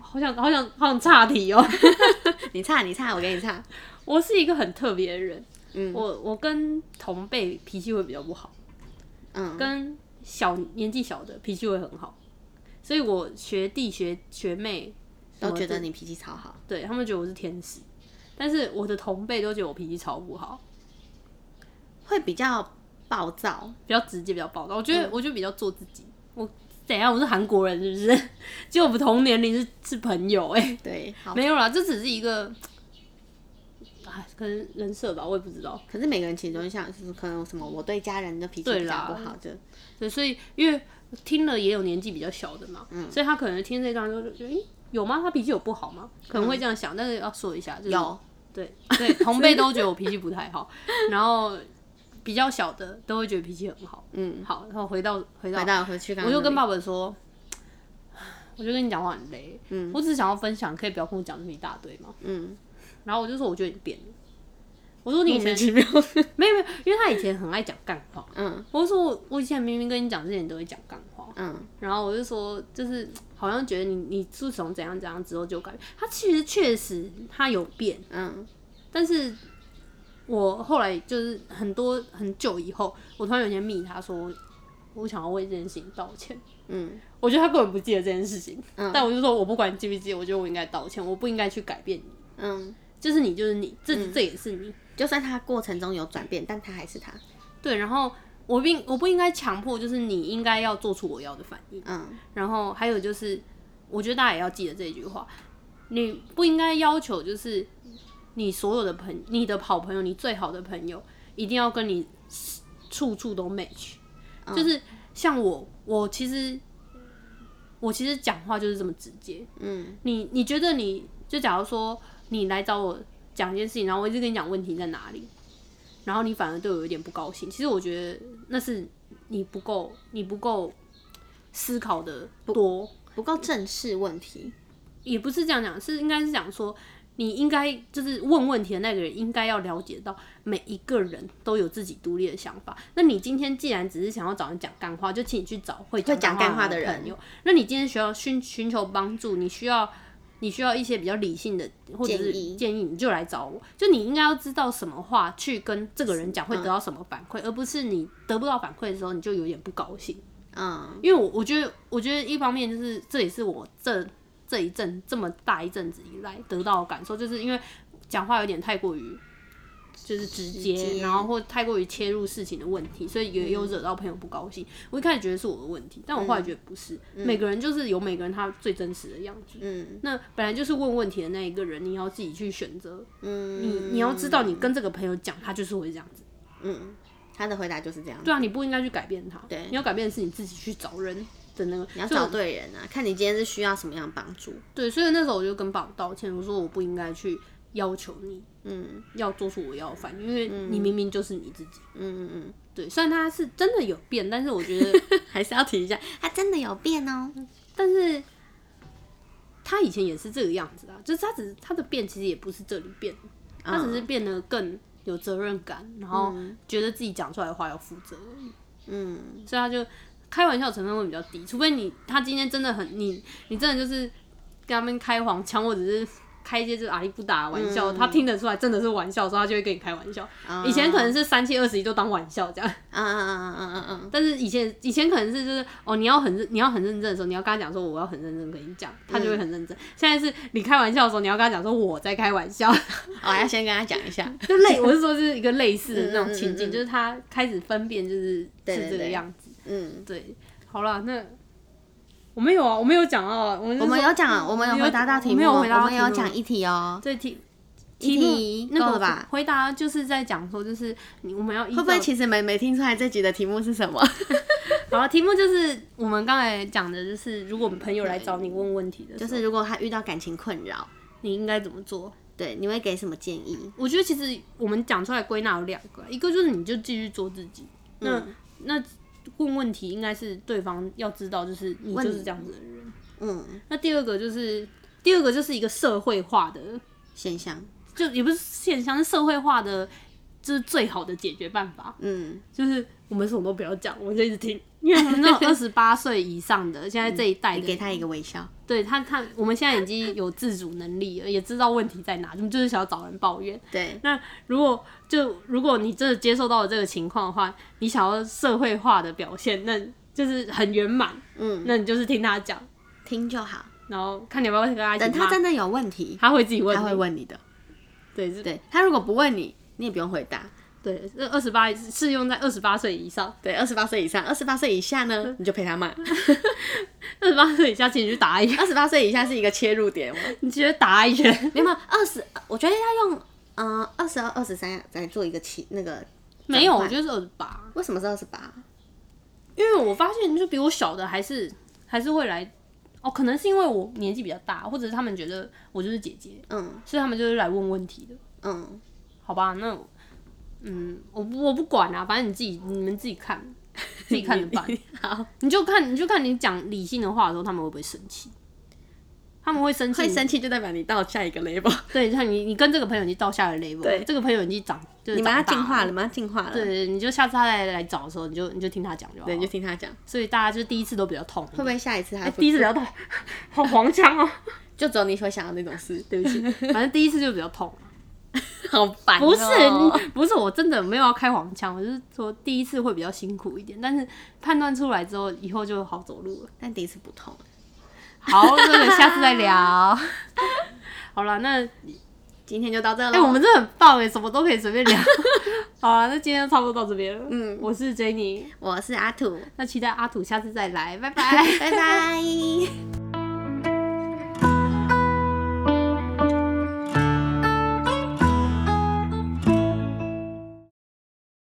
S1: 好想好想好想岔题哦、
S2: 嗯，你差你差，我给你差。
S1: 我是一个很特别的人，
S2: 嗯
S1: 我我跟同辈脾气会比较不好，
S2: 嗯，
S1: 跟小年纪小的脾气会很好，所以我学弟学学妹
S2: 都觉
S1: 什么
S2: 得
S1: 的
S2: 你脾气超好。
S1: 对他们觉得我是天使，但是我的同辈都觉得我脾气超不好。
S2: 会比较暴躁，
S1: 比较直接，比较暴躁。我觉得，我就比较做自己。我怎样？我是韩国人是不是？ 结果我们同年龄是是朋友哎、
S2: 对，好。
S1: 没有啦，这只是一个，啊，可能人设吧，我也不知道。
S2: 可是每个人其实都像，就是可能有什么我对家人的脾气
S1: 对
S2: 比较
S1: 啦
S2: 不好，就
S1: 对，所以因为听了也有年纪比较小的嘛，所以他可能听这段就就觉得，诶、有吗？他脾气有不好吗？可能会这样想，但是要说一下，就是
S2: 有
S1: 对对，同辈都觉得我脾气不太好， 然后比较小的都会觉得脾气很好。
S2: 嗯，
S1: 好，然后回到回到
S2: 回到回去刚刚
S1: 我就跟
S2: 那
S1: 爸
S2: 里
S1: 爸说， 我就跟你讲话很累，
S2: 嗯
S1: 我只是想要分享，可以不要跟我讲这么一大堆嘛。
S2: 嗯，
S1: 然后我就说，我觉得你变了。我说你以
S2: 莫名
S1: 前
S2: 其妙，
S1: 没有没有，因为他以前很爱讲干话。
S2: 嗯
S1: 我就说我我以前明明跟你讲之前你都会讲干话，
S2: 嗯，
S1: 然后我就说就是好像觉得你你自从怎样怎样之后就改变。他其实确实他有变，
S2: 嗯，
S1: 但是我后来就是很多很久以后，我突然有一天密他说，我想要为这件事情道歉。
S2: 嗯，
S1: 我觉得他根本不记得这件事情，
S2: 嗯
S1: 但我就说我不管你记不记得，我觉得我应该道歉，我不应该去改变你，
S2: 嗯，
S1: 就是你就是你，这、这也是你。
S2: 就算他过程中有转变，但他还是他。
S1: 对，然后我并我不应该强迫，就是你应该要做出我要的反应。
S2: 嗯
S1: 然后还有就是，我觉得大家也要记得这一句话，你不应该要求就是你所有的朋你的好朋友，你最好的朋友一定要跟你处处都 match，、就是像我，我其实我其实讲话就是这么直接，
S2: 嗯
S1: 你你觉得你就假如说你来找我讲一件事情，然后我一直跟你讲问题在哪里，然后你反而对我有点不高兴，其实我觉得那是你不够你不够思考的多，
S2: 不够正视问题。
S1: 也不是这样讲，是应该是讲说。你应该就是问问题的那个人，应该要了解到每一个人都有自己独立的想法。那你今天既然只是想要找人讲干话，就请你去找会
S2: 会讲干话的人
S1: 朋友。那你今天需要寻寻求帮助，你需要你需要一些比较理性的或者是
S2: 建议
S1: 建议，你就来找我。就你应该要知道什么话去跟这个人讲，
S2: 嗯
S1: 会得到什么反馈，而不是你得不到反馈的时候你就有点不高兴。
S2: 嗯
S1: 因为我我觉得，我觉得一方面就是这也是我这这一阵这么大一阵子以来得到的感受，就是因为讲话有点太过于就是直接，
S2: 直接
S1: 然后或太过于切入事情的问题，所以也有惹到朋友不高兴。我一开始觉得是我的问题，但我
S2: 嗯
S1: 后来觉得不是，每个人就是有每个人他最真实的样子。
S2: 嗯
S1: 那本来就是问问题的那一个人，你要自己去选择，
S2: 嗯，
S1: 你你要知道，你跟这个朋友讲，他就是会这样子。
S2: 嗯，他的回答就是这样。
S1: 对啊，你不应该去改变他，
S2: 对
S1: 你要改变的是你自己去找人的那个。
S2: 你要
S1: 所以
S2: 找
S1: 我
S2: 对人啊，看你今天是需要什么样的帮助。
S1: 对，所以那时候我就跟爸爸道歉，我说我不应该去要求你
S2: 嗯
S1: 要做出我要的反应，因为你明明就是你自己。
S2: 嗯嗯
S1: 对，虽然他是真的有变，但是我觉得，
S2: 嗯， 还是要提一下，他真的有变哦。
S1: 但是他以前也是这个样子啊，就是他只是他的变其实也不是这里变，他只是
S2: 嗯
S1: 变得更有责任感，然后觉得自己讲出来的话要负责而已。
S2: 嗯，
S1: 所以他就开玩笑成分会比较低，除非你他今天真的很你你真的就是跟他们开黄腔，或者是开一些就是阿里不打的玩
S2: 嗯
S1: 笑，他听得出来真的是玩笑的时候，他就会跟你开玩笑。以前可能是三七二十一都当玩笑这样，
S2: 啊啊啊啊啊啊！
S1: 但是以前以前可能是就是哦你要很认你要很认真的时候，你要跟他讲说我要很认真跟你讲，他就会很认真。现在是你开玩笑的时候，你要跟他讲说我在开玩 笑，
S2: 我还要先跟他讲 一下。
S1: 就类我是说就是一个类似的那
S2: 嗯嗯
S1: 种
S2: 嗯
S1: 情境，
S2: 嗯
S1: 就是他开始分辨就是
S2: 对
S1: 是
S2: 对
S1: 这个
S2: 对
S1: 样子。
S2: 嗯，
S1: 对，好了，那我们有啊，我们有讲啊，我们
S2: 我
S1: 我
S2: 们有讲，我们有回答到题目，哦
S1: 没有
S2: 我
S1: 回答到
S2: 们
S1: 题
S2: 有
S1: 目
S2: 讲一题哦。
S1: 对题
S2: 一
S1: 题
S2: 题
S1: 目那
S2: 够
S1: 个
S2: 了吧？
S1: 回答就是在讲说，就是你我们要会
S2: 会不会其实没没听出来这集的题目是什么？
S1: 好了，题目就是我们刚才讲的，就是如果朋友来找你问问题的时
S2: 就
S1: 候，
S2: 是如果他遇到感情困扰，
S1: 你应该怎么做？
S2: 对，你会给什么建议？
S1: 我觉得其实我们讲出来归纳有两个，一个就是你就继续做自己，那、
S2: 嗯
S1: 那问问题应该是对方要知道，就是你就是这样子的人。
S2: 嗯，
S1: 那第二个就是第二个就是一个社会化的
S2: 现象。
S1: 就也不是现象，是社会化的，就是最好的解决办法，
S2: 嗯，
S1: 就是我们什么都不要讲，我们就一直听，因为我们 那种二十八岁以上的，现在这一代
S2: 你给
S1: 的，
S2: 他一个微笑。
S1: 对他他，我们现在已经有自主能力了，也知道问题在哪，我们就是想要找人抱怨。
S2: 对，
S1: 那如果就如果你真的接受到了这个情况的话，你想要社会化的表现，那就是很圆满，
S2: 嗯，
S1: 那你就是听他讲，
S2: 听就好。
S1: 然后看你要不要跟他一
S2: 等
S1: 起
S2: 他
S1: 骂，
S2: 真的有问题，
S1: 他会自己问
S2: 他
S1: 你，
S2: 会问你的。
S1: 对，对
S2: 对他如果不问你，你也不用回答。
S1: 对，这二十八适用在二十八岁以上。
S2: 对，二十八岁以上，二十八岁以下呢，
S1: 嗯
S2: 你就陪他骂。
S1: 二十八岁以下，请你去打一拳。
S2: 二十八岁以下是一个切入点哦。
S1: 你直接打一拳，
S2: 没有，二十，我觉得要用嗯二十二、二十三来做一个起那个。
S1: 没有，
S2: 转换
S1: 我觉得是二十八，
S2: 为什么是二十八？
S1: 因为我发现就比我小的还是还是会来，哦，可能是因为我年纪比较大，或者是他们觉得我就是姐姐，
S2: 嗯
S1: 所以他们就是来问问题的，
S2: 嗯，
S1: 好吧？那我嗯，我不我不管啊，反正你自己你们自己看，自己看着 办。 嗯
S2: 好，
S1: 你就看你就看你讲理性的话的时候，他们会不会生气？他们会生气，
S2: 会生气就代表你到下一个 level，
S1: 对，像你你跟这个朋友已经到下一个 level，
S2: 对
S1: 这个朋友已经长，就是
S2: 你们要
S1: 长大
S2: 进化了，你们要进化了。对，
S1: 对，你就下次他来来找的时候，你就你就听他讲就好。
S2: 你就听他讲，
S1: 所以大家就是第一次都比较痛，
S2: 会不会下一次他
S1: 嗯 哎第一次比较 痛，好黄腔哦。
S2: 就只有你会想到那种事？
S1: 对不起，反正第一次就比较痛。
S2: 好烦哦、
S1: 不是不是，我真的没有要开黄腔，我就是说第一次会比较辛苦一点，但是判断出来之后，以后就好走路 了。
S2: 但第一次不痛。
S1: 好，这个下次再 聊。好了，那
S2: 今天就到这了。
S1: 哎、我们真的很棒哎，什么都可以随便 聊。好了，那今天就差不多到这边了。
S2: 嗯
S1: 我是 Jenny，
S2: 我是阿土，
S1: 那期待阿土下次再来，拜拜。
S2: 拜拜。